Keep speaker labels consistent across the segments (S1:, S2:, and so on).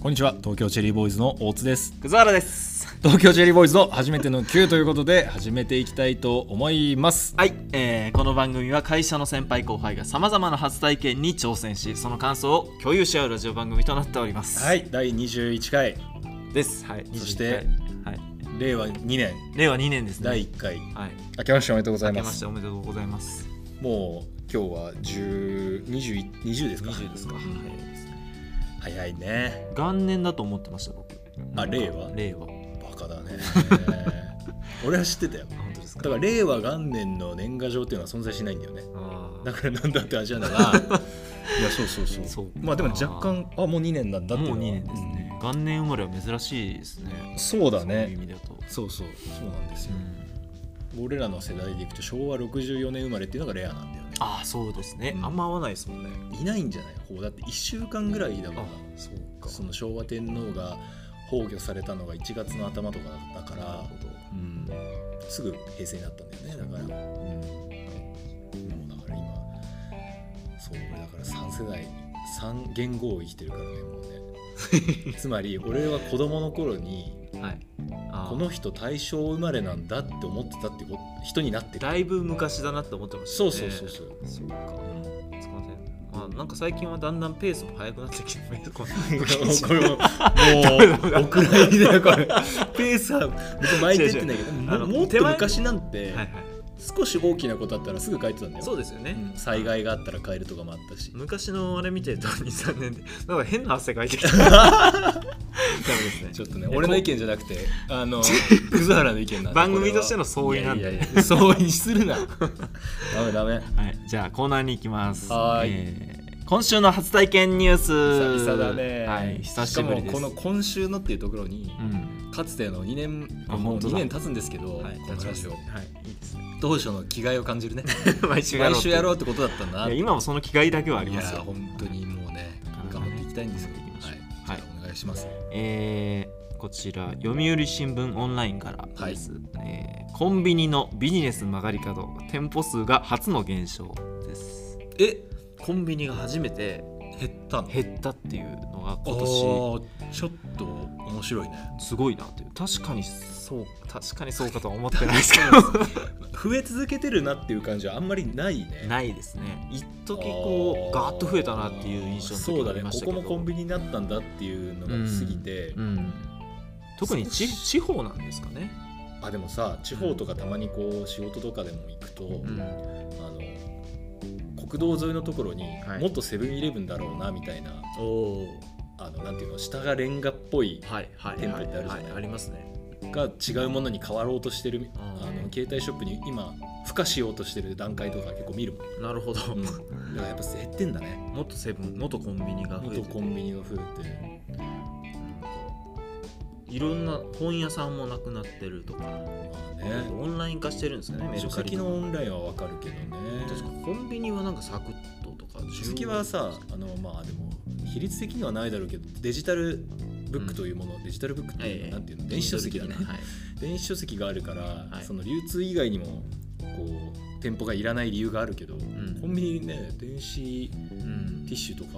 S1: こんにちは東京チェリーボーイズの大津です
S2: 葛原です
S1: 東京チェリーボーイズの初めての Q ということで始めていきたいと思います
S2: はい、えーこの番組は会社の先輩後輩がさまざまな初体験に挑戦しその感想を共有し合うラジオ番組となっております
S1: はい第21回
S2: ですはい
S1: そして
S2: 21回はい
S1: 令和2年
S2: 令和2年ですね
S1: 第1回
S2: はい
S1: 明けましておめでとうござい
S2: 明け
S1: ま
S2: まし
S1: す
S2: ておめでとうございます
S1: もう今日は10 20, 20ですか
S2: 20ですか、はいですね
S1: 早いね
S2: 元年だと思ってました僕
S1: あ令和
S2: 令和あ
S1: バカだ ね俺は知ってたよ
S2: 本当です
S1: だから令和元年の年賀状っていうのは存在しないんだよね
S2: あー
S1: だからなんだって味 なんだがいやそうそうそう
S2: そうか
S1: まあでも若干あもう2年なんだっていうの
S2: もう
S1: は
S2: 2年ですね、元年生まれは珍しいですね
S1: うんそうだ
S2: そういう意
S1: ね
S2: 味だと、
S1: そうそうそうなんです
S2: う
S1: よ、
S2: ん、
S1: 俺らの世代でいくと昭和64年生まれっていうのがレアなんだよね
S2: ああそうですね、
S1: うん
S2: あんま合わないですもんね
S1: いないんじゃないほうだって1週間ぐらいだか
S2: あ
S1: ら
S2: そうか
S1: その昭和天皇が崩御されたのが1月の頭とかだったから、うん、すぐ平成になったんだよねだから、うん、もうだから今そう俺だから3世代3言語を生きてるからねもう ねつまり俺は子供の頃に
S2: はいあー
S1: この人大正生まれなんだって思ってたってこ人になってる
S2: だいぶ昔だなって思ってました
S1: そ
S2: ね
S1: うそうそうそう
S2: そうかすいませんまあなんか最近はだんだんペースも速くなってきてこ
S1: もう
S2: の
S1: これももうお蔵入りだよこれペースは別に巻いてってんだけど
S2: 違う
S1: も
S2: あの
S1: もっ
S2: 手
S1: と
S2: 前
S1: 昔なんて
S2: はいは
S1: 少し大きなことあったらすぐ帰ってたんだ
S2: い
S1: よ
S2: そうですよね、
S1: うん災害があったら帰るとかもあったし
S2: 昔のあれ見てると23年でなんか変な汗かいて きたダメですね
S1: ちょっとね
S2: え
S1: 俺の意見じゃなくてあの葛原の意見なんで
S2: 番組としての相違なんで
S1: で相違にするなダメダメ
S2: はい、じゃあコーナーに行きます。
S1: はーい
S2: えー今週の初体験ニュース。
S1: 久々だね、
S2: はい、久しぶりです。
S1: かもこの今週のっていうところに
S2: う、ん、
S1: かつての2年
S2: あ
S1: もう
S2: 本当
S1: 2
S2: だ
S1: 年経つんですけど、
S2: はい、
S1: このラジオ
S2: はい、いいですね。
S1: 当初の気概を感じるね
S2: 毎週やろ
S1: 毎
S2: う。
S1: 週やろうってことだったんだなっ
S2: い
S1: て
S2: や今もその気概だけはあり
S1: い
S2: ま
S1: や
S2: すよ。
S1: 本当にもうね頑張っていきたいんですよ、
S2: 頑張っていきましょう
S1: はい、
S2: は
S1: お願いします
S2: えーこちら読売新聞オンラインからです、えーコンビニのビジネス曲がり角店舗数が初の減少です
S1: え
S2: コンビニが初めて
S1: 減ったの
S2: 減ったっていうのが今年
S1: あーちょっと面白いね
S2: すごいなという確かにそう確かにそうかとは思ってないですけど
S1: 増え続けてるなっていう感じはあんまりないね
S2: ないですね一時こう
S1: あー
S2: ガーッと増えたなっていう印象の
S1: そう
S2: 時が
S1: だね
S2: あり
S1: こ
S2: ました
S1: こ
S2: けど
S1: もコンビニになったんだっていうのが過ぎて、
S2: うん特にち
S1: 少し
S2: 地方なんですかね、
S1: あでもさ地方とかたまにこう仕事とかでも行くと、
S2: うん、
S1: あの国道沿いのところに
S2: はい
S1: もっとセブンイレブンだろうなみたいな、
S2: おお
S1: あのなんていうの下がレンガっぽい
S2: はいはい
S1: 店舗
S2: は
S1: っ
S2: い
S1: てあるじゃない
S2: はいありますね
S1: が違うものに変わろうとしてるあ
S2: あー
S1: の携帯ショップに今付加しようとしてる段階とか結構見るもん、
S2: なるほど、
S1: だからやっぱ減ってんだね
S2: 元セブン元コンビニが増えて
S1: 元
S2: て
S1: コンビニが増えて
S2: いろんな本屋さんもなくなってるとか、
S1: まあ
S2: オンライン化してるんですかねメ
S1: ね
S2: ル
S1: 書
S2: カリ
S1: 籍
S2: とか
S1: のオンラインはわかるけどね
S2: 確かコンビニはなんかサクッととか
S1: 書籍はさあのまあでも比率的にはないだろうけどデジタルブックというもの、デジタルブックっていうのはなんていうの、電子書籍だね、
S2: はい、
S1: 電子書籍があるから、
S2: はい
S1: その流通以外にもこう店舗がいらない理由があるけど、
S2: ん
S1: コンビニね電子
S2: うん
S1: ティッシュとか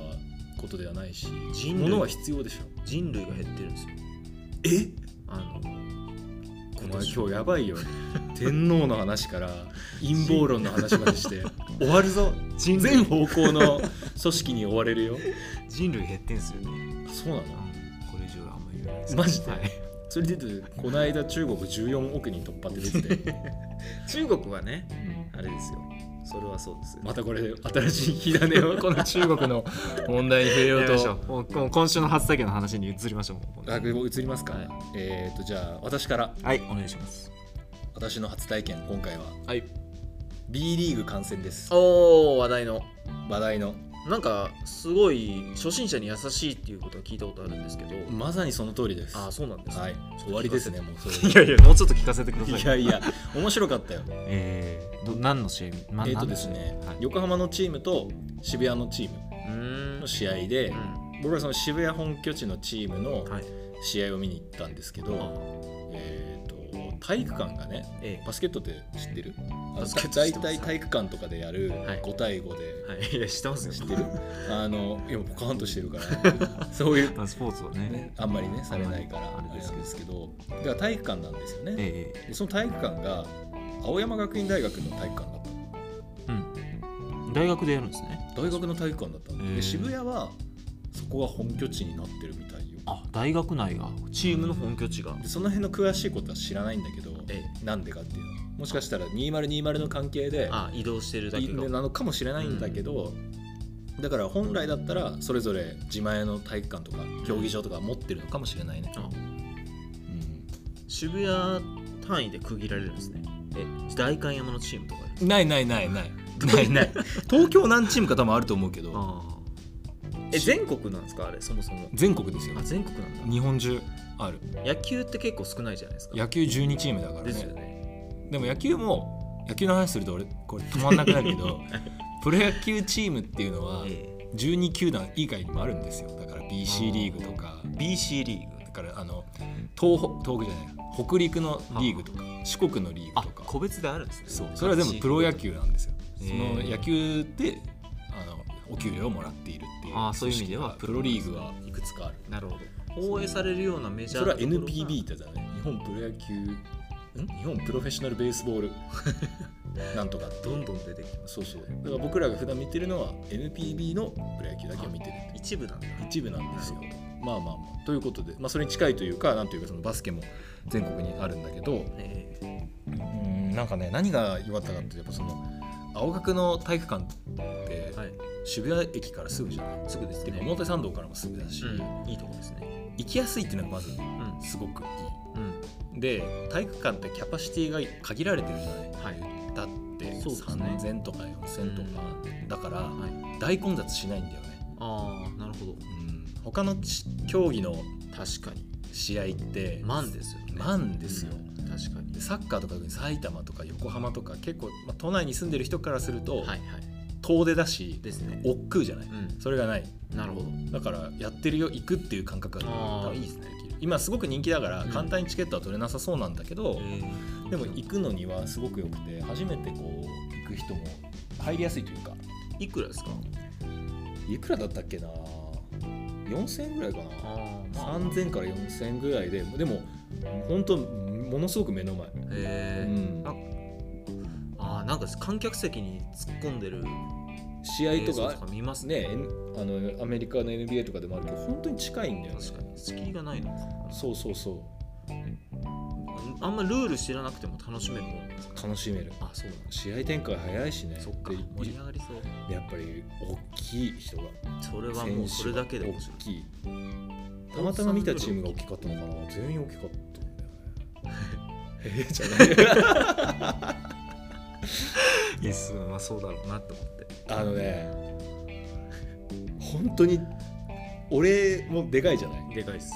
S1: ことではないし
S2: 人類
S1: 物は必要でしょ
S2: 人類が減ってるんですよ
S1: え
S2: あの
S1: お前今日やばい よ天皇の話から陰謀論の話までして終わるぞ
S2: 人類
S1: 全方向の組織に追われるよ
S2: 人類減ってんすよね、
S1: あ そうなの
S2: これ以上はあんま言えないです
S1: マジで
S2: はい
S1: それで言うとこの間中国14億人突破って出てて
S2: 中国はねあれですよそれはそうですよ
S1: またこれ新しい火種をこの中国の問題に触れよ
S2: や
S1: う
S2: めましょう
S1: と。
S2: もうもう今週の初体験の話に移りましょうも う
S1: あ移りますか、
S2: はい
S1: えっ、とじゃあ私から
S2: はいお願いします
S1: 私の初体験今回は
S2: はい
S1: B リーグ観戦です
S2: おお話題の
S1: 話題の
S2: なんかすごい初心者に優しいっていうことは聞いたことあるんですけど、
S1: まさにその通りです
S2: ああそうなんですね、
S1: はい終わりですねもうそれで
S2: いやいやもうちょっと聞かせてください
S1: いやいや面白か ったよ
S2: えー、ど何の試合ま
S1: えっ、と
S2: 何の
S1: で
S2: 試
S1: す
S2: 合
S1: ね、
S2: はい、
S1: 横浜のチームと渋谷のチーム
S2: うーん
S1: の試合で、
S2: うん
S1: 僕はその渋谷本拠地のチームの
S2: はい
S1: 試合を見に行ったんですけど、
S2: あ
S1: えー、と体育館がね
S2: え
S1: バスケットって知ってるあの
S2: バスケット
S1: 大
S2: 知ってます
S1: 体体育館とかでやる
S2: はい
S1: 5対5で、
S2: えはいい や知ってますよ
S1: 知ってるあの今ポカーンとしてるから そういう、
S2: まあスポーツはね
S1: ね、あんまりねされないから
S2: あ
S1: あ
S2: れ
S1: れ
S2: です
S1: な
S2: けど
S1: んですけどだから体育館なんですよね、
S2: ええ
S1: でその体育館が青山学院大学の体育館だったの
S2: うん大学でやるんですね
S1: 大学の体育館だったの、
S2: へえ
S1: で渋谷はそこが本拠地になってるみたいよ
S2: あ大学内がチームの本拠地が
S1: でその辺の詳しいことは知らないんだけど
S2: え
S1: なんでかっていうのもしかしたら2020の関係で
S2: あ移動してるだけが
S1: なのかもしれないんだけど、だから本来だったらそれぞれ自前の体育館とか競技場とか持ってるのかもしれないね、
S2: あ
S1: う
S2: 渋谷単位で区切られるんですねえ代官山のチームとかやるんです
S1: ん、ないないないない ないない東京何チームか多分あると思うけど
S2: あえ全国なんですかあれそもそも
S1: 全国ですよ
S2: あ全国なんだ
S1: 日本中ある
S2: 野球って結構少ないじゃないですか
S1: 野球12チームだからね
S2: ですよね
S1: でも野球も野球の話すると俺これ止まんなくなるけ どプロ野球チームっていうのは
S2: え
S1: 12球団以外にもあるんですよだから BC リーグとか
S2: え BC リーグ
S1: だからあの東北東北じゃない北陸のリーグとか四国のリーグ
S2: あ
S1: とか
S2: 個別であるんですね
S1: そうそれは全部プロ野球なんですよ
S2: へー
S1: その野球であのお給料をもらっているっていう
S2: あーそういう意味では
S1: プロリーグはいくつかある
S2: なるほど放映されるようなメジャー
S1: それは
S2: なところが
S1: NPB ってだね日本プロ野球ん日本プロフェッショナルベースボールなんとかって
S2: どんどん出てきて
S1: そうそうだから僕らが普段見てるのは NPB のプロ野球だけを見てるっていう
S2: 一部なんだ
S1: 一部なんですよまあまあまあということで、まあ、それに近いというかなんというかそのバスケも全国にあるんだけど
S2: ええ
S1: うんなんかね何が良かったかってやっぱその青学の体育館って
S2: はい
S1: 渋谷駅からすぐじゃない、
S2: すぐです
S1: てか
S2: ね
S1: 表参道からもすぐだし、
S2: うんいいとこですね
S1: 行きやすいっていうのがまず
S2: うん
S1: すごくいい
S2: うん
S1: で体育館ってキャパシティが限られてるじゃない、
S2: はい
S1: だって
S2: そうですね
S1: 3000とか4000とか、だから、
S2: はい
S1: 大混雑しないんだよね、
S2: ああなるほど
S1: うん、他のち競技の
S2: 確かに
S1: 試合って
S2: 満ですよね
S1: 満ですよ
S2: うん確かに
S1: でサッカーとか特に埼玉とか横浜とか結構、まあ、都内に住んでる人からすると、
S2: はいはい
S1: 遠出だし
S2: ですね
S1: 億劫じゃない、
S2: うん
S1: それがない
S2: なるほど
S1: だからやってるよ行くっていう感覚が
S2: あー
S1: 多分
S2: いいですね
S1: できる今すごく人気だから
S2: うん
S1: 簡単にチケットは取れなさそうなんだけど、
S2: え
S1: でも行くのにはすごく良くて初めてこう行く人も入りやすいというか
S2: いくらですか
S1: いくらだったっけな4000円ぐらいかな
S2: ああ
S1: 3000から4000円ぐらいででも本当ものすごく目の前、
S2: え
S1: うん
S2: ああーなんか観客席に突っ込んでる
S1: 試合
S2: 映
S1: と
S2: 像
S1: か
S2: とか見ますね
S1: ね N- あのアメリカの NBA とかでもあるけど本当に近いんだよね
S2: 確かに隙がないのか
S1: そうそうそう
S2: あんまルール知らなくても楽しめるもんなんですか
S1: 楽しめる
S2: あそうなん
S1: 試合展開早いしね
S2: そっか
S1: でい
S2: 盛り上がりそう
S1: やっぱり大きい人が
S2: それはもうそれだけで面白
S1: 大きいたまたま見たチームが大きかったのかな全員大きかった んだよねええじゃない
S2: いいやすまあそうだろうなと思って
S1: あのね本当に俺もでかいじゃない
S2: でかいっす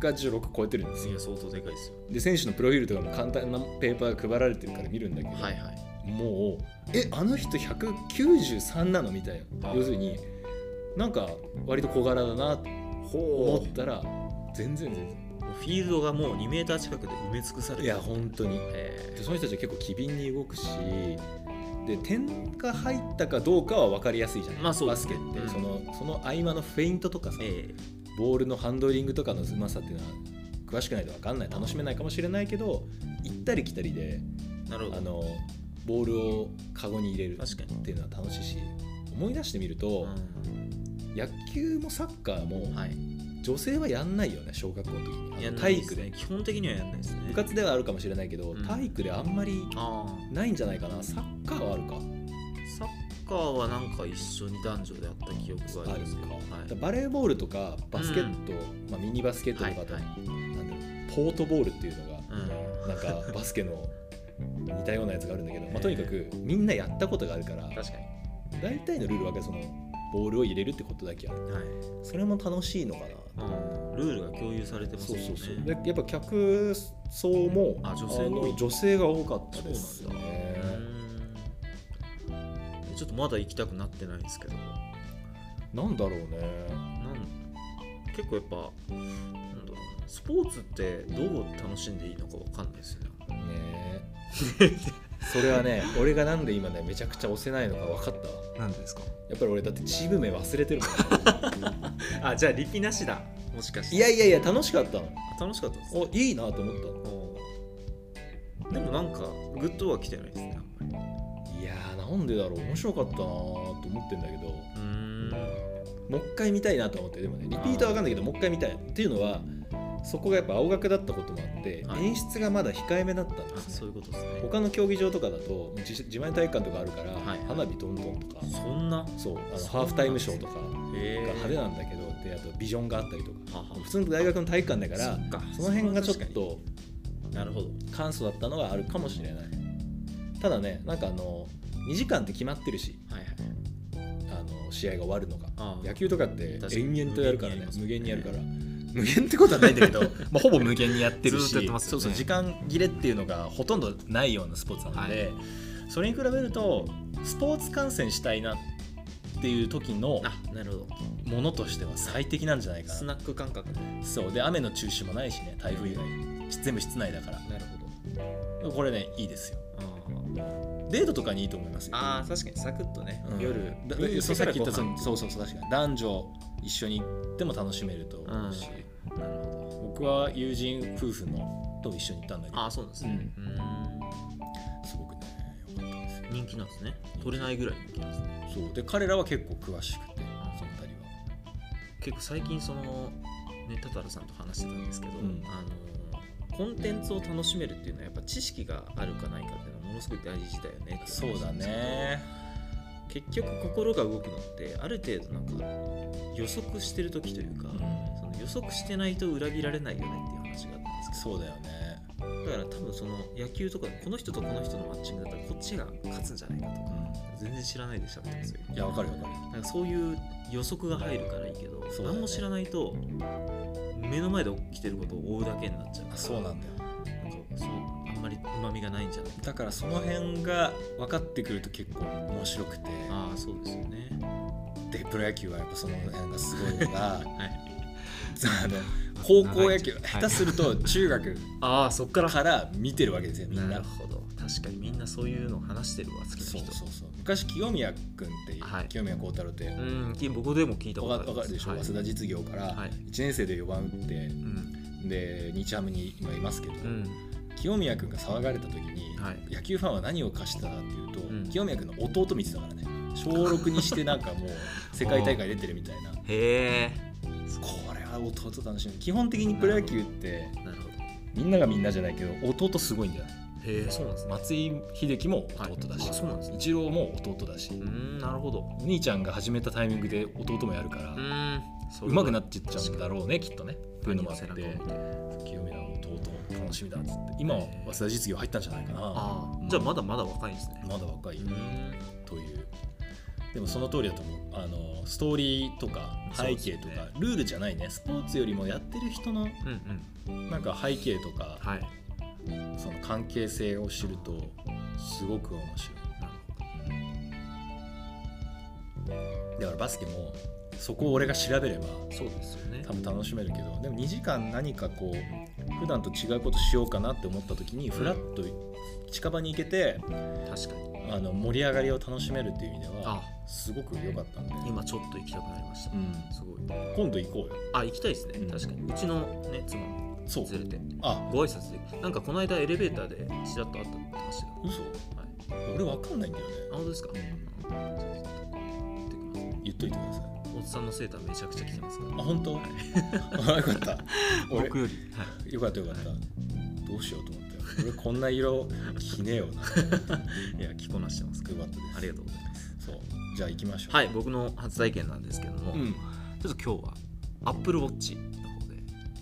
S1: 186超えてるんです
S2: 次
S1: よ
S2: は相当でかいっすよ
S1: で選手のプロフィールとかも簡単なペーパーが配られてるから見るんだけど、
S2: はいはい
S1: もうえあの人193なのみたいな
S2: あ
S1: 要するになんか割と小柄だなと思ったら全然全然
S2: もうフィールドがもう2メーター近くで埋め尽くされてる
S1: いや本当に
S2: え
S1: でその人たちは結構機敏に動くしで点が入ったかどうかは分かりやすいじゃない、
S2: まあそうで
S1: バ
S2: す
S1: ス
S2: ね
S1: ケって、
S2: うん
S1: そのその合間のフェイントとかさ、
S2: ーえ
S1: ボールのハンドリングとかのうまさっていうのは詳しくないと分かんない楽しめないかもしれないけど行ったり来たりで
S2: ーなるほど
S1: あのボールをカゴに入れる
S2: 確かに
S1: っていうのは楽しいし思い出してみると、
S2: う
S1: 野球もサッカーも
S2: んはい
S1: 女性はやんないよね小学校の時にあの
S2: やんない
S1: 体
S2: っ
S1: 育
S2: す
S1: で
S2: ね基本的にはやんないですね
S1: 部活ではあるかもしれないけど、
S2: うん
S1: 体育であんまり
S2: ああ
S1: ないんじゃないかなサッカーはあるか
S2: サッカーはなんか一緒に男女でやった記憶があ
S1: あ
S2: るん
S1: る
S2: ですけど、
S1: かバレーボールとかバスケット、まあ、ミニバスケットと
S2: は
S1: か
S2: い、
S1: あと、
S2: はい
S1: なんだろうポートボールっていうのが
S2: う
S1: なんかバスケの似たようなやつがあるんだけど、まあ、とにかくみんなやったことがあるから
S2: ん、確か
S1: 大体のルールはそのボールを入れるってことだけある
S2: に、はい
S1: それも楽しいのかな
S2: うん、ルールが共有されてます
S1: そ
S2: も
S1: うん
S2: ね
S1: そうそうでやっぱ客層も
S2: あ女性が多い
S1: あの女性が多かったです
S2: そうなんだ
S1: ね
S2: うんちょっとまだ行きたくなってないんですけど
S1: なんだろうね
S2: なん結構やっぱなんだろうなスポーツってどう楽しんでいいのかわかんないですよね
S1: ね それはね俺がなんで今ねめちゃくちゃ押せないのか分かったわ
S2: なんでですか
S1: やっぱり俺だってチーム名忘れてるもん
S2: あじゃあリピなしだもしかし て
S1: いやいやいや楽しかったの
S2: 楽しかったです
S1: おいいなと思ったの
S2: でもなんかグッドは来てないですねあんまり
S1: いやーなんでだろう面白かったなーと思ってんだけども
S2: うん
S1: う一回見たいなと思ってでもねリピートは分かんないけどもう一回見たいっていうのはそこがやっぱ青学だったこともあって、
S2: はい
S1: 演出がまだ控えめだったん
S2: あ
S1: です
S2: そう
S1: ね
S2: いうことですね
S1: 他の競技場とかだともう自自前体育館とかあるから、
S2: はい
S1: 花火トントンとか
S2: そんな
S1: そうあの
S2: そう
S1: ハーフタイムショーとか
S2: え
S1: が
S2: え
S1: 派手なんだけどであとビジョンがあったりとか
S2: はは
S1: 普通の大学の体育館だから
S2: そっか
S1: その辺がちょっ
S2: それは
S1: と
S2: 確かになるほど
S1: 簡素だったのがあるかもしれないただねなんかあの2時間って決まってるし
S2: はいはい
S1: あの試合が終わるのが
S2: ああ
S1: 野球とかって
S2: 確かに
S1: 延々とやるからね無
S2: 無
S1: 限に
S2: 限に
S1: や
S2: や
S1: る
S2: り
S1: か
S2: ます
S1: ら無限ってことはないんだ けどまあほぼ無限にやってる
S2: ずっ
S1: し
S2: とやってますよね
S1: そうそう時間切れっていうのがほとんどないようなスポーツなので、
S2: は
S1: それに比べるとスポーツ観戦したいなっていう時の
S2: あなるほど
S1: ものとしては最適なんじゃないか
S2: ス
S1: な
S2: ナック感覚で
S1: そうで雨の中止もないしね台風以外し全部室内だから
S2: なるほど
S1: これねいいですよ
S2: あ
S1: デートとかにいいと思いますよ
S2: ああー確かにサクッとね、
S1: うん
S2: 夜
S1: だだそうさっき言ったそ
S2: の
S1: のそうそうそう確かに男女一緒に行っても楽しめると思うし、
S2: なるほ
S1: 僕は友人夫婦のと一緒に行ったんだけ
S2: ど
S1: ど
S2: ああそうなんですねうー
S1: すごくね良かったですよ
S2: ん人気なんですね取れないぐらい人気なんですね
S1: そうで彼らは結構詳しくてその辺りは
S2: 結構最近そのねタタラさんと話してたんですけど、
S1: うん
S2: あのーコンテンツを楽しめるっていうのはやっぱ知識があるかないかっていうのはものすごい大事だよねって
S1: そ
S2: 話
S1: うだね
S2: 結局心が動くのってある程度なんか予測してる時というか、その予測してないと裏切られないよねっていう話があったんですけど
S1: そうだよね
S2: だから多分その野球とかこの人とこの人のマッチングだったらこっちが勝つんじゃないかとか全然知らないでしょってますよ
S1: いやわかるわかる
S2: なんかそういう予測が入るからいいけど、
S1: そうだね
S2: 何も知らないと目の前で起きてることを追うだけになっちゃうから
S1: あそうなんだよ
S2: なんかそうあんまりうまみがないんじゃないか
S1: だからその辺が分かってくると結構面白くて
S2: ああそうですよね
S1: でプロ野球はやっぱその辺がすごいの が
S2: はい
S1: あの高校野球
S2: 長い
S1: 下手すると中学
S2: ああそっから
S1: から見てるわけですよみん
S2: な
S1: な
S2: る。ほど確かにみんなそういうのを話してるわ好きな人
S1: そうそうそう昔清宮君っていう、
S2: はい
S1: 清宮幸太郎って、
S2: うんき僕でも聞いたこ
S1: わ
S2: とあ
S1: かわか
S2: ります
S1: るでしょ、
S2: は
S1: 早
S2: い
S1: 稲田実業から
S2: はい
S1: 1年生で4番打って
S2: うん
S1: で日ハムに今いますけど、
S2: うん
S1: 清宮君が騒がれた時に、
S2: はい
S1: 野球ファンは何を課したかっていうと、
S2: うん
S1: 清宮君の弟見てたからね小6にしてなんかも う世界大会出てるみたいなこ
S2: へえ
S1: れは弟楽しみ基本的にプロ野球って
S2: なるほど
S1: みんながみんなじゃないけど弟すごいんだよ
S2: へえそうなんですね
S1: 松井秀喜も弟だし、
S2: はいあそうなんですね
S1: 一郎も弟だし、
S2: うーんなるほど
S1: お兄ちゃんが始めたタイミングで弟もやるから、
S2: うーんそう
S1: まくなってっちゃうんだろうねきっとねというのもあって
S2: 兄の背中を見て
S1: 清宮の弟楽しみだっつって今は早稲田実業入ったんじゃないかな
S2: あ
S1: うん
S2: あじゃあまだまだ若いんですね
S1: まだ若い
S2: ーん
S1: というでもその通りだと思うあのストーリーとか背景と
S2: そうです
S1: か
S2: ね
S1: ルールじゃないねスポーツよりもやってる人の
S2: うんうん
S1: なんか背景とか
S2: はいなる
S1: その関係性を知るとすごく面白
S2: ほど
S1: いだからバスケもそこを俺が調べれば
S2: そうですよね
S1: 多分楽しめるけどでも2時間何かこう普段と違うことしようかなって思った時にフラッと近場に行けて
S2: 確かに
S1: あの盛り上がりを楽しめるっていう意味では
S2: あ
S1: すごく良かったんで、
S2: 今ちょっと行きたくなりました
S1: うん、
S2: すごい
S1: 今度行こうよ
S2: あ行きたいですね
S1: うん
S2: 確かにうちのね妻も
S1: そう
S2: 連れて
S1: あ
S2: ご挨拶でなんかこの間エレベーターでちらっと会ったって言ってましたよ
S1: 嘘
S2: はい
S1: 俺わかんないんだよね
S2: あ本当ですかうんそうそう言って
S1: 言っといてください
S2: くださいおっさんのセーターめちゃくちゃ着てますから
S1: あ本 当、あよかった俺
S2: 僕よりはい
S1: よかったよかったどうしようと思ったよ俺こんな色着ねえよ なよか
S2: いや着こなしてますから
S1: ったです
S2: ありがとうございます
S1: そうじゃあ行きましょう
S2: はい僕の初体験なんですけども、
S1: うん
S2: ちょっと今日は Apple Watch の方で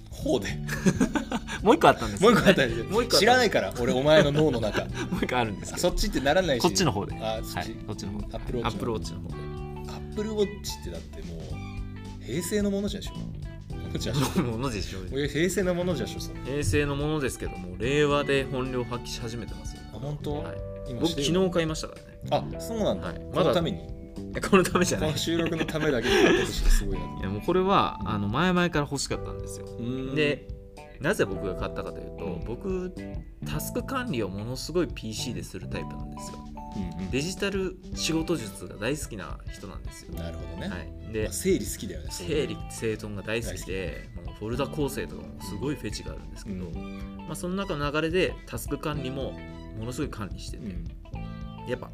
S1: ほうで
S2: もう一個あったんです
S1: もう
S2: よ
S1: 一個あった
S2: ね
S1: りして
S2: もう一個あった
S1: 知らないから俺お前の脳の 中
S2: もう一個あるんですけ
S1: そ
S2: ど
S1: っちってならないし
S2: こっちの方で
S1: あそ
S2: は
S1: っち
S2: い、こっちの方で
S1: Apple Watch
S2: はい Apple Watch の方で
S1: アップルウォッチってだってもう平成のものじゃしょものじゃしょ
S2: ものでしょうね
S1: 俺平成のものじゃしょそれ
S2: 平成のものですけども令和で本領発揮し始めてますよ、
S1: あ本当、
S2: はい、
S1: 今
S2: 僕
S1: して
S2: 昨
S1: る
S2: 日買いましたからね
S1: あそうなんだ、
S2: はい
S1: こ
S2: ま
S1: の
S2: だ
S1: ために
S2: いやこのためじゃ
S1: こ
S2: ない
S1: の収録のためだけに買ったとしてすごいな
S2: いやもうこれはあの前々から欲しかったんですよ
S1: うーん
S2: でなぜ僕が買ったかというと、
S1: うん
S2: 僕タスク管理をものすごい PC でするタイプなんですよデジタル仕事術が大好きな人なんですよ、
S1: なるほどね、
S2: はい、
S1: ま
S2: で
S1: あ整理好きだよねそうい
S2: 整
S1: う
S2: 理
S1: の
S2: 整頓が大好きでもうフォルダ構成とかもすごいフェチがあるんですけど、まあ、その中の流れでタスク管理もものすごい管理してて、
S1: うん
S2: やっぱ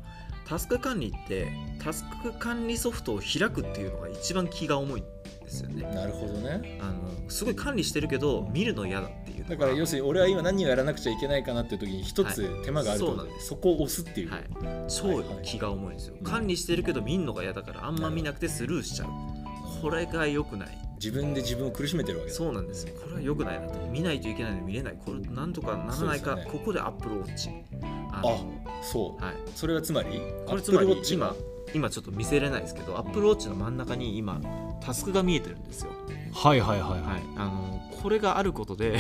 S2: タスク管理ってタスク管理ソフトを開くっていうのが一番気が重いんですよね
S1: なるほどね
S2: あのすごい管理してるけど見るの嫌だっていうのが
S1: だから要するに俺は今何をやらなくちゃいけないかなっていう時に一つ手間があると、
S2: そうなんです
S1: そこを押すっていう、
S2: はい
S1: はい
S2: 超
S1: はい
S2: 気が重いんですよ、
S1: うん
S2: 管理してるけど見んのが嫌だからあんま見なくてスルーしちゃうこれが良くない
S1: 自分で自分を苦しめてるわけだ
S2: そうなんですよこれは良くないなと見ないといけないのに見れないこれなんとかならない
S1: そ
S2: か、
S1: うですよね
S2: ここでアップルウォッチあ
S1: あそう、
S2: はい
S1: それはつまり
S2: これつまり
S1: Apple Watch
S2: 今今ちょっと見せれないですけどアップルウォッチの真ん中に今タスクが見えてるんですよ
S3: はいはいはい
S2: は
S3: はいい
S2: あのこれがあることで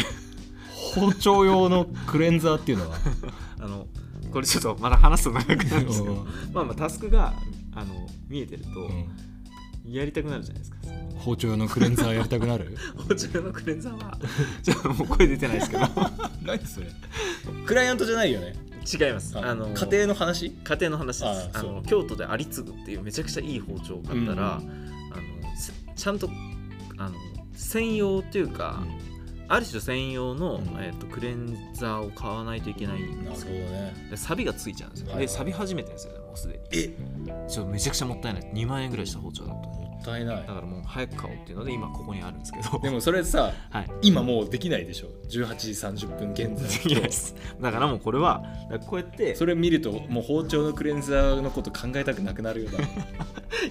S3: 包丁用のクレンザーっていう のが
S2: あのこれちょっとまだ話すと長くなるんですけどまあまあタスクがあの見えてると
S3: うん
S2: やりたくなるじゃないですか
S3: 包丁用のクレンザーやりたくなる
S2: 包丁のクレンザーは ちょっともう声出てないですけど
S3: 何それ
S1: クライアントじゃないよね
S2: 違いますあの
S1: 家庭の話
S2: 家庭の話です
S1: あ
S2: あ
S1: そう
S2: の京都で有継ぐっていうめちゃくちゃいい包丁を買ったら、
S1: う
S2: あのせちゃんとあの専用っていうか、ある種専用の、
S3: うん
S2: えっとクレンザーを買わないといけないん
S1: な
S2: で
S1: る
S2: す
S1: ほ
S2: よ
S1: どね
S2: でサビがついちゃうんですよ、
S1: はいはい
S2: でサビ始めてるんですよねもうすでに
S1: え
S2: ちょっとめちゃくちゃもったいない2万円ぐらいした包丁だったんで
S1: もったいない
S2: だからもう早く買おうっていうので今ここにあるんですけど
S1: でもそれさ
S2: はい
S1: 今もうできないでしょ18時30分現 在
S2: できないですだからもうこれはだからこうやって
S1: それ見るともう包丁のクレンザーのこと考えたくなくなるようだ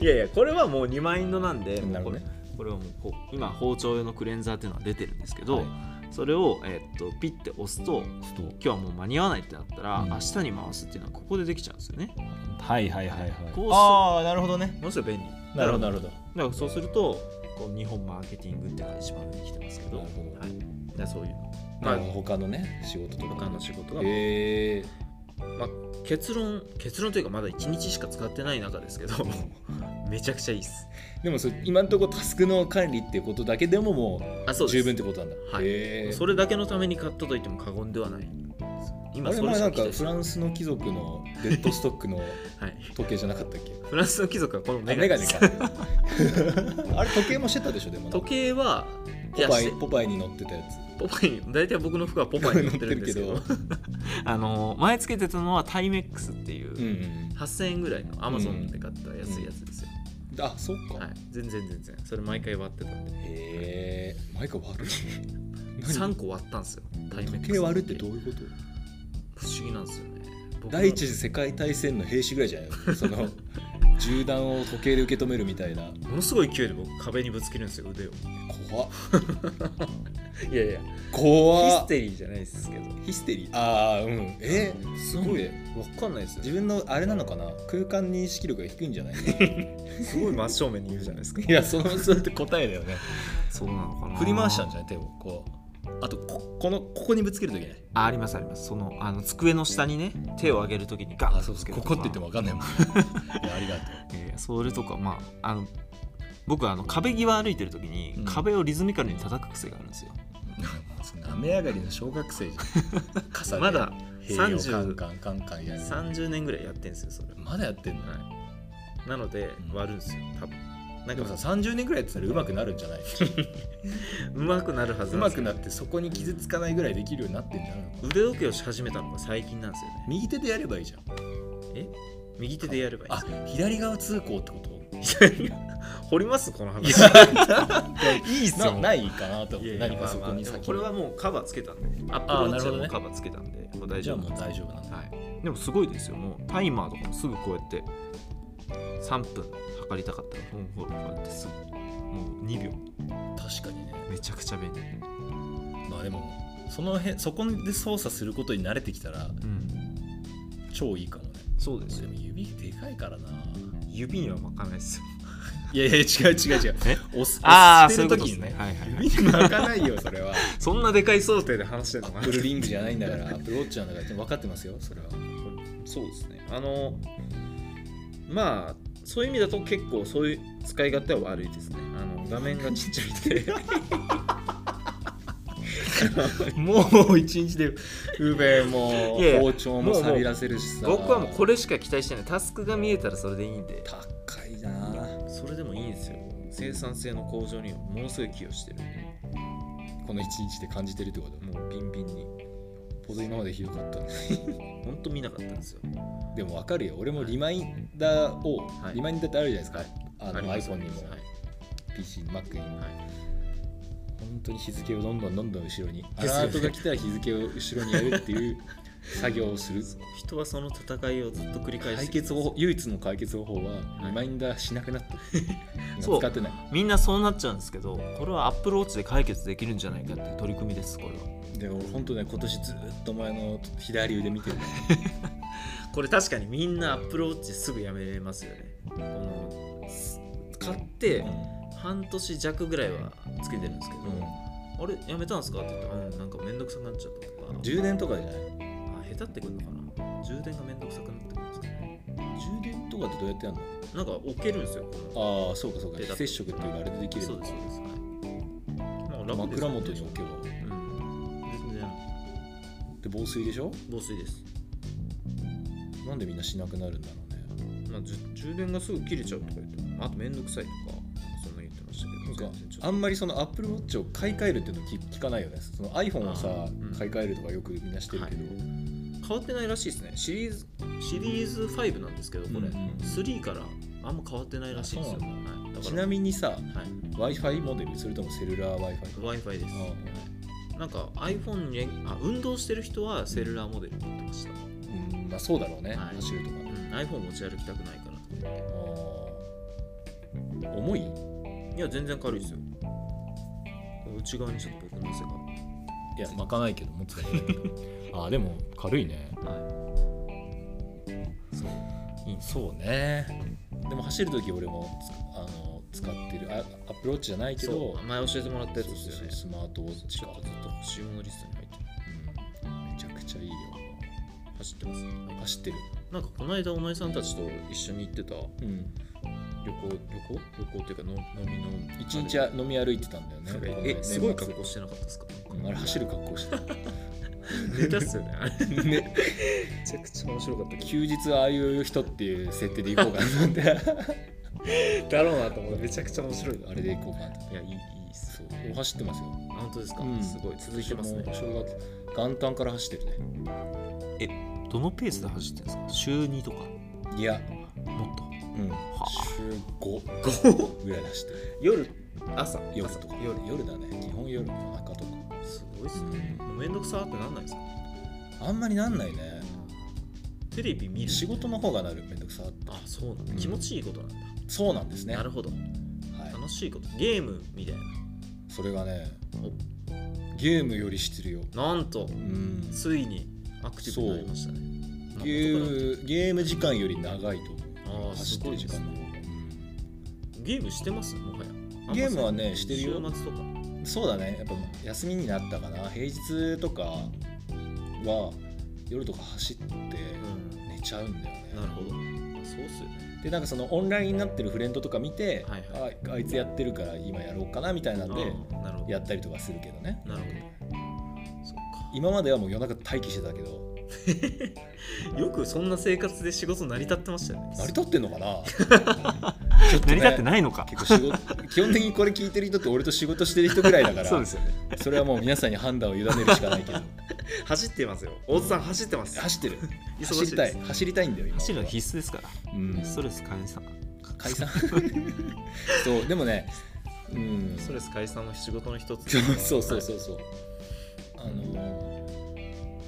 S2: いやいやこれはもう2万円のなんで
S1: なるほど
S2: これ
S1: ね
S2: これはもうこう今包丁用のクレンザーっていうのは出てるんですけど、
S1: はい
S2: それを、えーっとピッて押すと
S3: ちょっと
S2: 今日はもう間に合わないってなったら、
S3: うん
S2: 明日に回すっていうのはここでできちゃうんですよね
S3: はいはいはいはい
S2: こう
S3: ああなるほどね
S2: ものすごい便利
S1: なるほどな
S2: る
S1: るほど
S2: だからそうするとこう日本マーケティングっていうのが一番上に来てますけど、
S1: な
S2: は
S1: るほど
S2: い、だからそういうの
S1: ま
S2: ま
S1: あ
S2: あ
S1: 他のね仕事とか
S2: 他の仕事が、
S1: へえ
S2: まあ、結論結論というかまだ1日しか使ってない中ですけどめちゃくちゃいいっす
S1: でもそれ今のところタスクの管理っていうことだけでもも
S2: あそううです
S1: 十分ってことなんだ
S2: はい
S1: へえ
S2: それだけのために買ったと言っても過言ではない
S1: あ
S2: 今
S1: れ
S2: それ
S1: 前
S2: し
S1: なん
S2: か期
S1: か
S2: 待し
S1: フ
S2: ない
S1: ランスの貴族 のデッドストックの
S2: はい、
S1: 時計じゃなかったっけ
S2: フランスの貴族はこの
S1: あ
S2: メガネ
S1: メガ
S2: で
S1: ネ
S2: す
S1: か あれ時計もしてたでしょでもな
S2: 時計は
S1: ポパイ
S2: して
S1: ポパイに乗ってたやつ
S2: ポパイに大体僕の服はポパイに乗ってるんですけ
S1: 乗
S2: ど
S1: って
S2: あの前つけてたのはタイメックスっていう、
S1: うんうん
S2: 8000円ぐらいのアマゾンで買った安いやつですよ、
S1: うんあそっか、
S2: はい、全然全然それ毎回割ってたんで
S1: へえマイク悪い
S2: 3個割ったんですよタイメックス
S1: 時計割るってどういうこと
S2: 不思議なんですよね僕の
S1: 第一次世界大戦の兵士ぐらいじゃない のその銃弾を時計で受け止めるみたいな
S2: ものすごい勢いで僕壁にぶつけるんですよ腕を
S1: 怖っ
S2: いやいやヒ
S1: 怖
S2: ス
S1: っ
S2: テリーじゃないですけど
S1: ヒステリーああうんえすごいね
S2: 分かんないですよ
S1: 自分のあれなのかな空間認識力が低いんじゃない い
S2: すごい真正面に言うじゃないですか
S1: やその それって答えだよね
S2: そうなのかな
S1: 振り回したんじゃない手をこうあとここのここにぶつけるといけない
S2: あありますありますそのあの机の下にね手を上げるときにガッとぶつける
S1: こと
S2: か
S1: こって言っても分かん ないもんいやありがと
S2: いやいやそれとかまああの僕はあの壁際歩いてるときに、
S1: うん
S2: 壁をリズミカルに叩く癖があるんですよ
S1: うそんな雨上がりの小学生じ ゃん
S2: まだ
S1: 平洋カン
S2: 30
S1: カンカンカンやる
S2: 30年ぐらいやってんですよそれは
S1: まだやってんの
S2: いなので
S1: ん
S2: 割るんですよ多分なん
S1: で
S2: か
S1: もさ30年ぐらいやってたらうまくなるん じゃない
S2: うまくなるは
S1: う
S2: ずなん
S1: ま
S2: です
S1: く
S2: よ
S1: なってそこに傷つかないぐらいできるようになってんじゃないの
S2: 腕時計をし始めたのが最近なんですよね
S1: 右手でやればいいじゃん
S2: え右手でやればいいんで
S1: あ
S2: すか
S1: 左側通行ってこと
S2: 掘りますこの話
S1: いいっ
S2: すよ
S1: なないかなと思っ
S2: いや
S1: て
S2: いや
S1: 何かそこに
S2: まあまあでも
S1: 先
S2: これはもうカバーつけたんでアップ
S1: あー
S2: ルウォッチはも
S1: なる
S2: う
S1: ほ
S2: カバーつけたんでもう大
S1: じゃ
S2: 丈
S1: あ
S2: 夫
S1: もう大丈夫なんだ
S2: はい、でもすごいですよもうタイマーとかもすぐこうやって3分測りたかったらもうほらこうやってすぐもう2秒
S1: 確かにね
S2: めちゃくちゃ便利
S1: まあでもその辺そこで操作することに慣れてきたら
S2: うん
S1: 超いいかもね
S2: そうです
S1: で
S2: よ
S1: も指でかいからな
S2: 指には巻かないですよ
S1: いやいや違う違う違う
S2: え
S1: 押す押
S2: ああ
S1: し
S2: そう
S1: て
S2: い
S1: る
S2: うこと
S1: 時
S2: です
S1: に
S2: ね
S1: ね
S2: はいはいはい
S1: 指 巻かないよそれ は
S2: そんなでかい想定で話してる
S1: ア
S2: のか
S1: ッ
S2: な
S1: プルリングじゃないんだからアップルウォッチなんだから分かってますよそれは
S2: そうですねあのまあそういう意味だと結構そういう 使い勝手は悪いですねあの画面がちっちゃいんで
S1: もう一日でウーベも
S2: いやいや
S1: 包丁もさびらせるしさ
S2: 僕はもうこれしか期待してないタスクが見えたらそれでいいんで
S1: 高いな
S2: それでもいいんですよ生産性の向上にはものすごい寄与してる
S1: この一日で感じてるってこと
S2: もうビンビンに
S1: ほど今までひどかったの
S2: ほんと見なかったんですよ
S1: でも分かるよ俺もリマインダーを、
S2: はい
S1: リマインダーってあるじゃないですか、
S2: はい
S1: あの iPhone にも、
S2: はい
S1: PC に Mac にも、
S2: はい
S1: 本当に日付をどんどんどんどん後ろにア
S2: ですよね
S1: ラートが来たら日付を後ろにやるって いう作業をする
S2: 人はその戦いをずっと繰り返し
S1: 解
S2: て
S1: 決方法唯一の解決方法は
S2: はい
S1: リマインダーしなくなった、
S2: そ
S1: 今
S2: う
S1: 使ってない
S2: みんなそうなっちゃうんですけどこれはアップローチで解決できるんじゃないかっていう取り組みですこれは
S1: で俺本当ね今年ずっとお前の左腕見てる
S2: これ確かにみんなアップローチすぐやめれますよねこのす買って半年弱ぐらいはつけてるんですけど、あれやめたんですかって言ったら、うん、なんかめんどくさくなっちゃったとか
S1: 充電とかじゃない
S2: あ下手ってくるのかな充電がめんどくさくなってくるんですかね
S1: 充電とかってどうやってやる
S2: なんか置けるんですよこの
S1: のああそうかそうか
S2: でだ
S1: 非
S2: って
S1: 接触っていうかあれでできる
S2: そうですそうですはい、まあ、楽です
S1: 枕元に
S2: う
S1: 置けば
S2: ん全然
S1: で防水でしょ
S2: 防水です、
S1: なんでみんなしなくなるんだろうね
S2: まあ、じゅ充電がすぐ切れちゃうとか言ってあとめんどくさいとかそんな言ってました
S1: なん
S2: けど
S1: か
S2: 全然ちょっと
S1: あんまりその Apple Watch を買い替えるっていうの聞聞かないよねその iPhone をさ、
S2: あーうん
S1: 買い替えるとかよくみんなしてるけど、
S2: 変わってないらしいですねシリーズシリーズ5なんですけどこれ、
S1: うんうん
S2: 3からあんま変わってないらしいんですよ、
S1: あそう
S2: はい、だ
S1: ち
S2: か
S1: な
S2: ら
S1: みにさ
S2: はい
S1: w i f i モデルそれともセルラー w i f i
S2: w i f i です
S1: あ
S2: なんか iPhone にあ運動してる人はセルラーモデル持ってました、
S1: うんまあそうだろうね、
S2: はい
S1: 走るとか
S2: うん、iPhone 持ち歩きたくないから
S1: あー重い
S2: いや全然軽いですよ内側にちょっと僕の汗
S1: いや巻かないけど持つだけだけ どあーでも軽いね
S2: がは
S1: そうねでも走る時俺もつあの使ってるあアプローチじゃない
S2: い
S1: け
S2: そ
S1: ど
S2: う前教えてもらったやつ
S1: そう
S2: です
S1: そう
S2: よ
S1: そ
S2: ね
S1: うスマートウォッチ
S2: ち
S1: か
S2: ょっとずっと欲しいものリストに入って
S1: う
S2: る
S1: んめちゃくちゃいいよ
S2: 走ってます、はい
S1: 走ってる
S2: なんかこの間お前さんたちと一緒に行ってた
S1: うん
S2: 旅行旅行旅行っていうかの飲みの
S1: 一日あ飲み歩いてたんだよねこの
S2: え
S1: 年末
S2: すごい格好してなかったですか
S1: うんあれ走る格好してた
S2: ネタっすよねあれ め
S1: ね
S2: ちゃくちゃ面白かった
S1: 休日はああいう人っていう設定で行こうかなと思って
S2: だろうなと思ってめちゃくちゃ面白い
S1: あれで行こうかなと思って
S2: いやいいいいっす
S1: そう俺走ってますよ
S2: あ本当ですか、
S1: うん
S2: すごい続いてますね
S1: もう正月元旦から走ってるね
S2: どのペースで走ってるんですか週2とか
S1: いや、
S2: もっと
S1: うん、週5ぐらいで走ってる
S2: 夜朝
S1: 夜
S2: 朝
S1: とか夜夜だね基本夜夜中とか
S2: すごいっすねもうめんどくさーってなんないですか
S1: あんまりなんないね
S2: テレビ見る
S1: 仕事の方がなるめんどくさ
S2: あそうなんだ、
S1: うん
S2: 気持ちいいことなんだ、
S1: そうなんですね
S2: なるほど
S1: はい、
S2: 楽しいことゲームみたい
S1: それがねゲームよりしてるよ
S2: ななん
S1: う
S2: と
S1: ん
S2: ついにアクティブになりましたね
S1: ゲームゲーム時間より長いと思
S2: あ
S1: う
S2: ー
S1: 走
S2: す
S1: って
S2: ご
S1: る
S2: い
S1: 時
S2: です
S1: 間
S2: ね
S1: の方がうん
S2: ゲームしてますもはや
S1: ゲームはねしてるよ
S2: 週末とか
S1: そうだねやっぱ休みになったかな平日とかは夜とか走って
S2: うん
S1: 寝ちゃうんだよね
S2: なるほどそうっすよね
S1: でなんかそのオンラインになってるフレンドとか見て、
S2: はい
S1: ああいつやってるから今やろうかなみたいなんで
S2: あーなるほど
S1: やったりとかするけどね
S2: なるほどそ
S1: 今まではもう夜中待機してたけど
S2: っかよくそんな生活で仕事成り立ってましたよね
S1: 成り立ってんのか なちょっとね
S2: 成り立ってないのか
S1: 結構仕事基本的にこれ聞いてる人って俺と仕事してる人ぐらいだから
S2: そうですよね
S1: それはもう皆さんに判断を委ねるしかない けど
S2: 走ってますよ大津さん走ってます
S1: 走ってる
S2: 忙しい
S1: 走りたい
S2: です
S1: 走りたいんだよ今
S2: 走るの必須ですから
S1: うん
S2: ストレス解散
S1: 解 散そうでもねうん
S2: ストレス解散も仕事の一つ
S1: そうそうそうそうそうあのー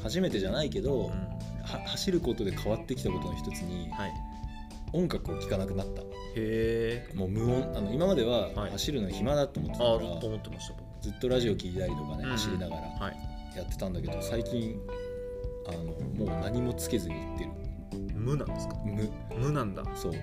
S1: 初めてじゃないけど、
S2: うん
S1: は走ることで変わってきたことの一つに
S2: はい
S1: 音楽を聴かなくなった
S2: へえ
S1: もう無音あの今までは
S2: はい
S1: 走るの暇だと思って
S2: あ
S1: た
S2: あ
S1: から、
S2: ーと思ってました僕
S1: ずっとラジオ聴いたりとかね、
S2: うん
S1: 走りながら
S2: はい
S1: やってたんだけど最近あのもう何もつけずに行ってる
S2: 無なんですか
S1: 無
S2: 無なんだ
S1: そう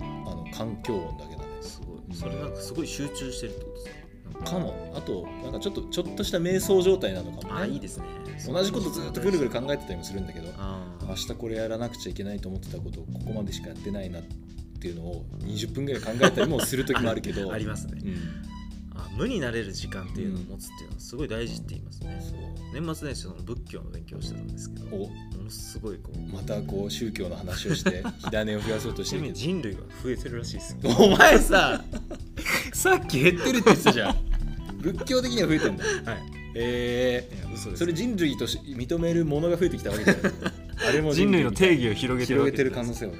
S1: あの環境音だけだね
S2: すごいそれなんかすごい集中してるってことですかなんか
S1: かもあとなんかちょっとちょっとした瞑想状態なのかもね
S2: あいいですね
S1: 同じことずっとぐるぐる考えてたりもするんだけど
S2: あ
S1: 明日これやらなくちゃいけないと思ってたことをここまでしかやってないなっていうのを20分ぐらい考えたりもする時もあるけど
S2: あありますね
S1: うん
S2: あまあ、無になれる時間っていうのを持つっていうのはすごい大事って言いますね、年末年始その仏教の勉強をしてたんですけども
S1: お
S2: のすごいこう
S1: またこう宗教の話を して火種を増やそうとし
S2: ち
S1: て
S2: な
S1: る
S2: み
S1: けど
S2: に人類が増えてるらしいですよ
S1: お前 ささっき減ってるって言ってたじゃん 仏教的には増えてんだ
S2: はい
S1: え
S2: いや嘘
S1: ー、
S2: です
S1: それ人類とし認めるものが増えてきたわけじゃ ないあれも
S2: 人類の定
S1: 義
S2: 義を広げてるわ
S1: 広げて
S2: け
S1: る可能
S2: 性
S1: 性はある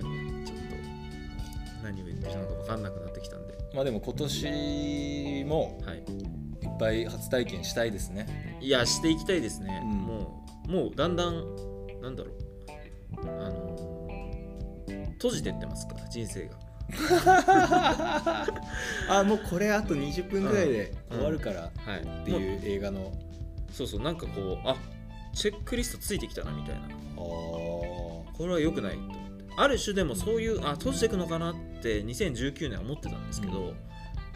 S2: ちょっと何を言ってるのか分かんなくなってきたんで
S1: まあでも今年も
S2: はい
S1: いっぱい初体験したいですね
S2: いやしていきたいですね、
S1: うん
S2: もうもうだんだんなんだろうあのー閉じてってますから人生が
S1: あもうこれあと20分ぐらいで終わるから
S2: はい
S1: って
S2: もう
S1: いう映画の
S2: そうそうなんかこうあチェックリストついてきたなみたい
S1: あ
S2: なこれは良くないと思ってある種でもそういうあ閉じていくのかなって2019年は思ってたんですけど、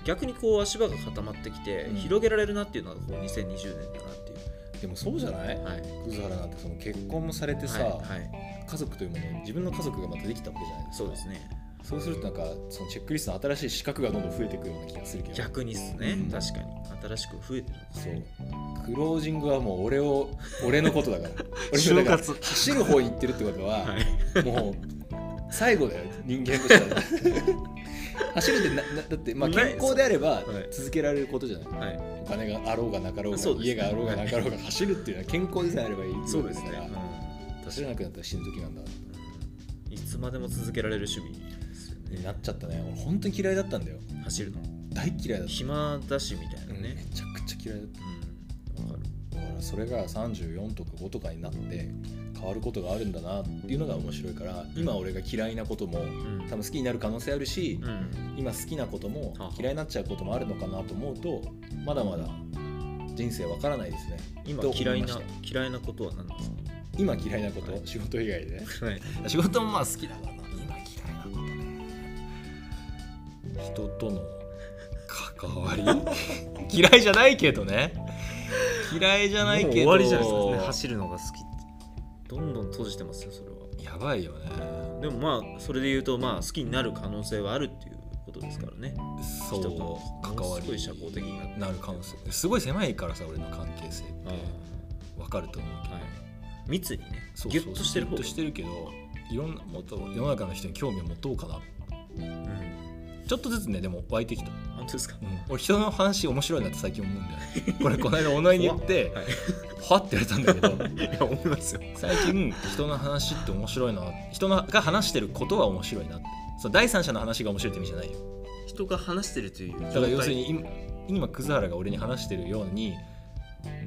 S2: 逆にこう足場が固まってきて、
S1: うん
S2: 広げられるなっていうのがこう2020年だなっていう
S1: ーでもそうじゃない
S2: はい
S1: 葛原なんてその結婚もされてさ、
S2: はいはい、
S1: 家族というもの自分の家族がまたできたわけじゃないですか
S2: そうですね
S1: そうするとなんかそのチェックリストの新しい資格がどんどん増えていくような気がするけど
S2: 逆にっすね、
S1: うん
S2: 確かに新しく増えてるのか
S1: そうクロージングはもう俺を 俺のことだから俺の
S3: 就
S1: だから
S3: 活
S1: 走る方に行ってるってことは、
S2: はい
S1: もう最後だよ人間として は走るってななだって、まあ、
S2: ない
S1: 健康であれば
S2: はい
S1: 続けられることじゃない、
S2: はい
S1: お金があろうがなかろうが
S2: そうですね
S1: 家があろうがなかろうが走るっていうのは健康でさえあればいい
S2: そうですね
S1: だから、
S2: うん、
S1: 走
S2: 確
S1: ら
S2: か
S1: なくなったら死ぬ時なんだ
S2: にいつまでも続けられる趣味ですよ
S1: に
S2: ね
S1: なっちゃったね俺本当に嫌いだったんだよ
S2: 走るの
S1: 大嫌いだった
S2: 暇だしみたいな
S1: うんめ
S2: ね
S1: ちゃくちゃ嫌いだった
S2: うんわかる
S1: だからそれが34とか5とかになって変わることがあるんだなっていうのが面白いから今俺が嫌いなことも
S2: うん
S1: 多分好きになる可能性あるし
S2: うん
S1: 今好きなことも
S2: はあはあ
S1: 嫌いになっちゃうこともあるのかなと思うとまだまだ人生わからないですね
S2: 今
S1: と思
S2: 嫌い
S1: まし
S2: な
S1: た
S2: 嫌いなことは何なんです
S1: 今嫌いなこと、
S2: はい
S1: 仕事以外で
S2: か、はい、
S3: 仕事もまあ好きだからな今嫌いなことね
S1: 人との
S3: 関わり 嫌いじゃないけどね嫌いじゃないけど
S2: もう終わりじゃないですか、ね、走るのが好きってどんどん閉じてますよそれは
S3: やばいよね
S2: でもまあそれで言うとまあ好きになる可能性はあるっていうことですからね
S3: そ
S2: 人と
S3: う関
S2: も
S3: わ
S2: の
S3: り
S2: すごい社交的になって
S3: なる可能性すごい狭いからさ俺の関係性ってわかると思うけど、
S2: はい密にね
S3: そう
S2: ギ
S3: そう
S2: ュッとしてる
S3: ギ
S2: 方
S3: ュッとしてるけどいろんなもっと世の中の人に興味を持とうかな
S2: うん
S3: ちょっとずつねでも湧いてきた、
S2: 本当ですか
S3: 俺人の話面白いなって最近思うんだよねこれこの間お前に言って
S2: はい
S3: はって言われたんだけど
S2: いや思いますよ
S3: 最近人の話って面白いな人のが話してることは面白いなってそう第三者の話が面白いって意味じゃないよ
S2: 人が話してるという
S3: だから要するに今今葛原が俺に話してるように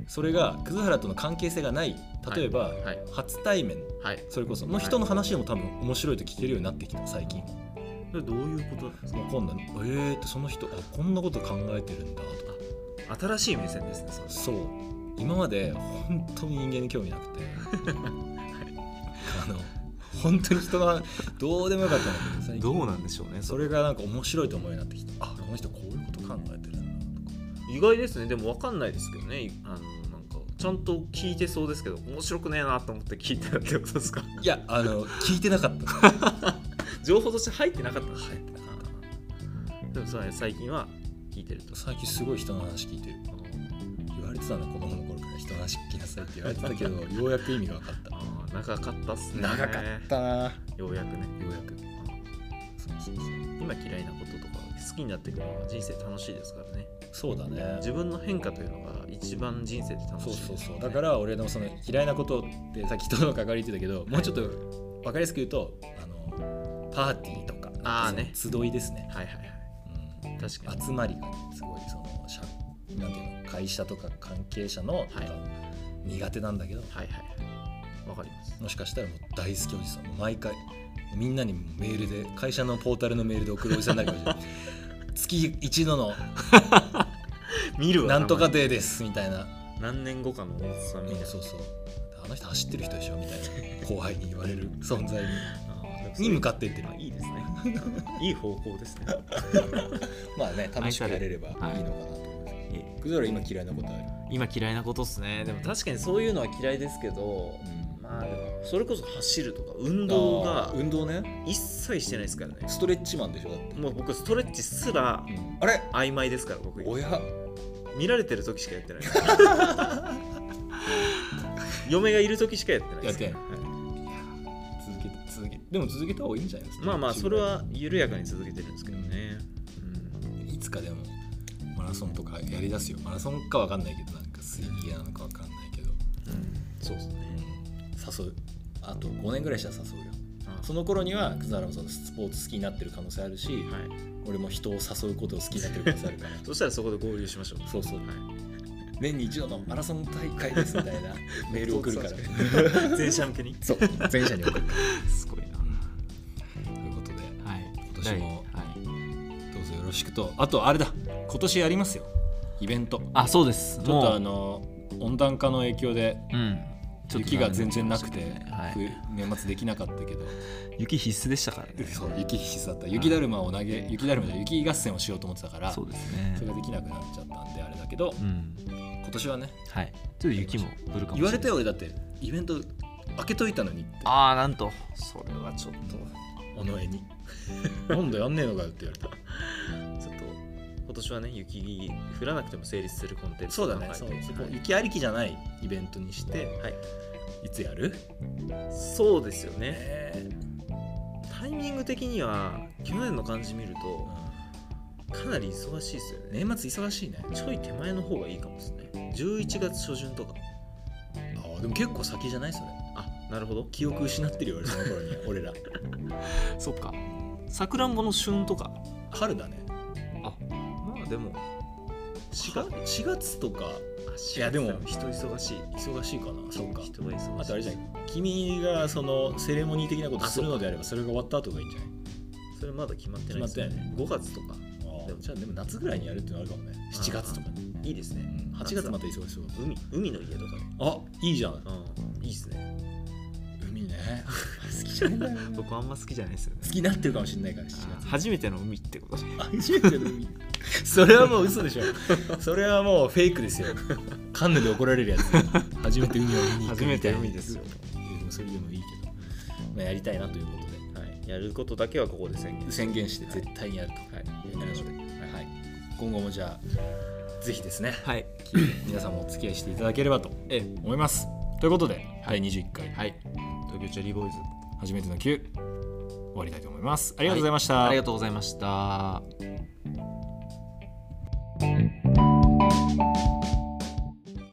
S3: それが葛原との関係性がない例えば、
S2: はいはい
S3: 初対面
S2: はい
S3: それこその人の話でも多分面白いと聞けるようになってきた最近も
S2: どういうことなんです
S3: う今度えーってその人あこんなこと考えてるんだとか
S2: か新しい目線ですねそれ
S3: そう今まで本当に人間に興味なくてあの本当に人の話どうでもよかったんだけど最近
S2: どうなんでしょうね
S3: それがなんか面白いと思うようになってきたあこの人こういうこと考えてるんだ
S2: 意外ですねでも分かんないですけどねいあのなんかちゃんと聞いてそうですけど面白くねえなと思って聞いたってことです か
S3: いやあの聞いてなかった
S2: 情報として入ってなかった入ってなかでもそうね最近は聞いてると
S3: 最近すごい人の話聞いてる言われてたんだ子供の頃から人の話聞きなさいって言われてた けどようやく意味が分かった
S2: あー長かったっすね
S1: 長かったな
S2: ようやくねようやくそうそうそう今嫌いなこととか好きになってくるのが人生楽しいですからね
S3: そうだね
S2: 自分の変化というのが一番人生で楽しい
S3: そ
S2: で
S3: う
S2: す
S3: そ
S2: よ
S3: う
S2: ね
S3: そうだから俺のその嫌いなことってさっき人との関わりって言ったけどもうちょっと分かりやすく言うとあのパーティーとか
S2: あーね
S3: その集いですね、
S2: はいはいは
S3: うん
S2: い確かに
S3: 集まりがねすごいその社なんていうの会社とか関係者のなんか苦手なんだけど、
S2: はいはいはいわかります
S3: もしかしたらもう大好きおじさんもう毎回みんなにメールで会社のポータルのメールで送るおじさんになるかもしれない月一度の
S2: 見る
S3: なんとかデーですみたいな
S2: 何年後かの大津さんみたいな
S3: そうそうあの人走ってる人でしょみたいな後輩に言われる存在にに向
S2: 向
S3: か
S2: か
S3: っていってる
S2: いいですねいい方向ですね
S1: まあね楽しく
S2: 愛さ
S1: や
S2: れ
S1: れ
S2: る
S1: ればいいのかなと思います、
S2: いえ
S1: くずら今嫌いなことある、
S2: 今嫌いなことっすねでも確かにそういうのは嫌いですけど、まあーでもそれこそ走るとか運動
S4: あー
S2: が
S4: 運動ね
S2: 一切してないですからね
S4: ストレッチマンでしょだって、
S2: もう僕ストレッチすら
S4: あれ
S2: 曖昧ですから僕
S4: 親
S2: 見られてる時しかやってない嫁がいる時しかやってないです
S1: やって
S2: はい
S1: 続けて続けでも続けた方がいいんじゃないですか
S2: まあまあそれは緩やかに続けてるんですけどね、うん
S1: いつかでもマラソンとかやりだすよマラソンかわかんないけどなんか水泳なのかわかんないけど、
S4: そうですね誘うあと5年ぐらいしたら誘うよ
S2: あ
S4: その頃には葛原もそのスポーツ好きになってる可能性あるし、
S2: はい、
S4: 俺も人を誘うことを好きになってる可能性あるから
S2: そしたらそこで合流しましょう
S4: そうそう
S2: は
S4: 年に一度のマラソン大会ですみたい なメール送るから
S2: そうい、全社向けに
S4: そう全社に送る
S2: すごいな
S1: ということで
S2: はい今
S1: 年も
S2: はい、
S1: どうぞよろしくとあとあれだ今年やりますよイベント
S2: あそうです
S1: ちょっとあの温暖化の影響で
S2: うん
S1: 雪が全然なくて、
S2: はい、
S1: 冬年末できなかったけど、
S2: 雪必須でしたからね
S1: そう雪必須だった雪だるまを投げ雪だるまじゃない雪合戦をしようと思ってたから
S2: そうですね
S1: それができなくなっちゃったんであれだけど
S2: うん
S1: 今年はね
S2: はいちょっと雪も降るかもしれない
S1: 言われたよ俺だってイベント開けといたのにって
S2: ああなんとそれはちょっ
S1: 尾
S2: と
S1: 上 になんだやんねえのかよって言われた
S2: ちょっと今年はね雪降らなくても成立するコンテンツ
S1: そうだね、
S2: はい
S1: そう
S2: はい
S1: そこ雪ありきじゃないイベントにして
S2: はい
S1: いつやる、
S2: そうですよね
S1: え
S2: タイミング的には去年の感じ見ると
S1: ー
S2: かなり忙しいですよね
S1: 年末忙しいね
S2: ちょい手前の方がいいかもですね11月初旬とか
S1: あでも結構先じゃないそれ
S2: あなるほど
S1: 記憶失ってるよ俺その頃に俺ら
S2: そっかさくらんぼの旬とか
S1: 春だね
S2: あまあでも
S1: 4月 ,4 月とか
S2: い
S1: いやでも
S2: 人忙しい
S1: 忙しいかなそうか
S2: 人が忙しい
S1: あとあれじゃない君がそのセレモニー的なこと
S2: あ
S1: するのであればそれが終わった後がいいんじゃない
S2: それまだ決まってない
S1: 決まってない
S2: 5月とか
S1: あー
S2: でも
S1: じゃあでも夏ぐらいにやるっていうのあるかもね7月とかね
S2: いいですね
S1: 8月また忙しそうだ
S2: 海海の家とか
S1: あいいじゃん
S2: でうんいいですね
S1: 海ね 好きじゃないんだよね
S2: 僕あんま好きじゃないですよね
S1: 好きになってるかもしれないから7月
S2: 初めての海ってこと
S1: あ初めての海 それはもう嘘でしょそれはもうフェイクですよカンヌで怒られるやつ初めて海を見に行く
S2: 初めて海ですよ
S1: いやでもそれでもいいけど、まあ、やりたいなということで
S2: はいやることだけはここで宣言
S1: 宣言して絶対にやると、
S2: はい
S1: やりましょうはい、今後もじゃあぜひです ね
S2: はい
S1: 皆さんもお付き合いしていただければと
S2: ええ
S1: 思いますということで、第21回、
S2: はい東京チェリーボーイズ
S1: 初めての9終わりたいと思いますありがとうございました、
S2: ありがとうございました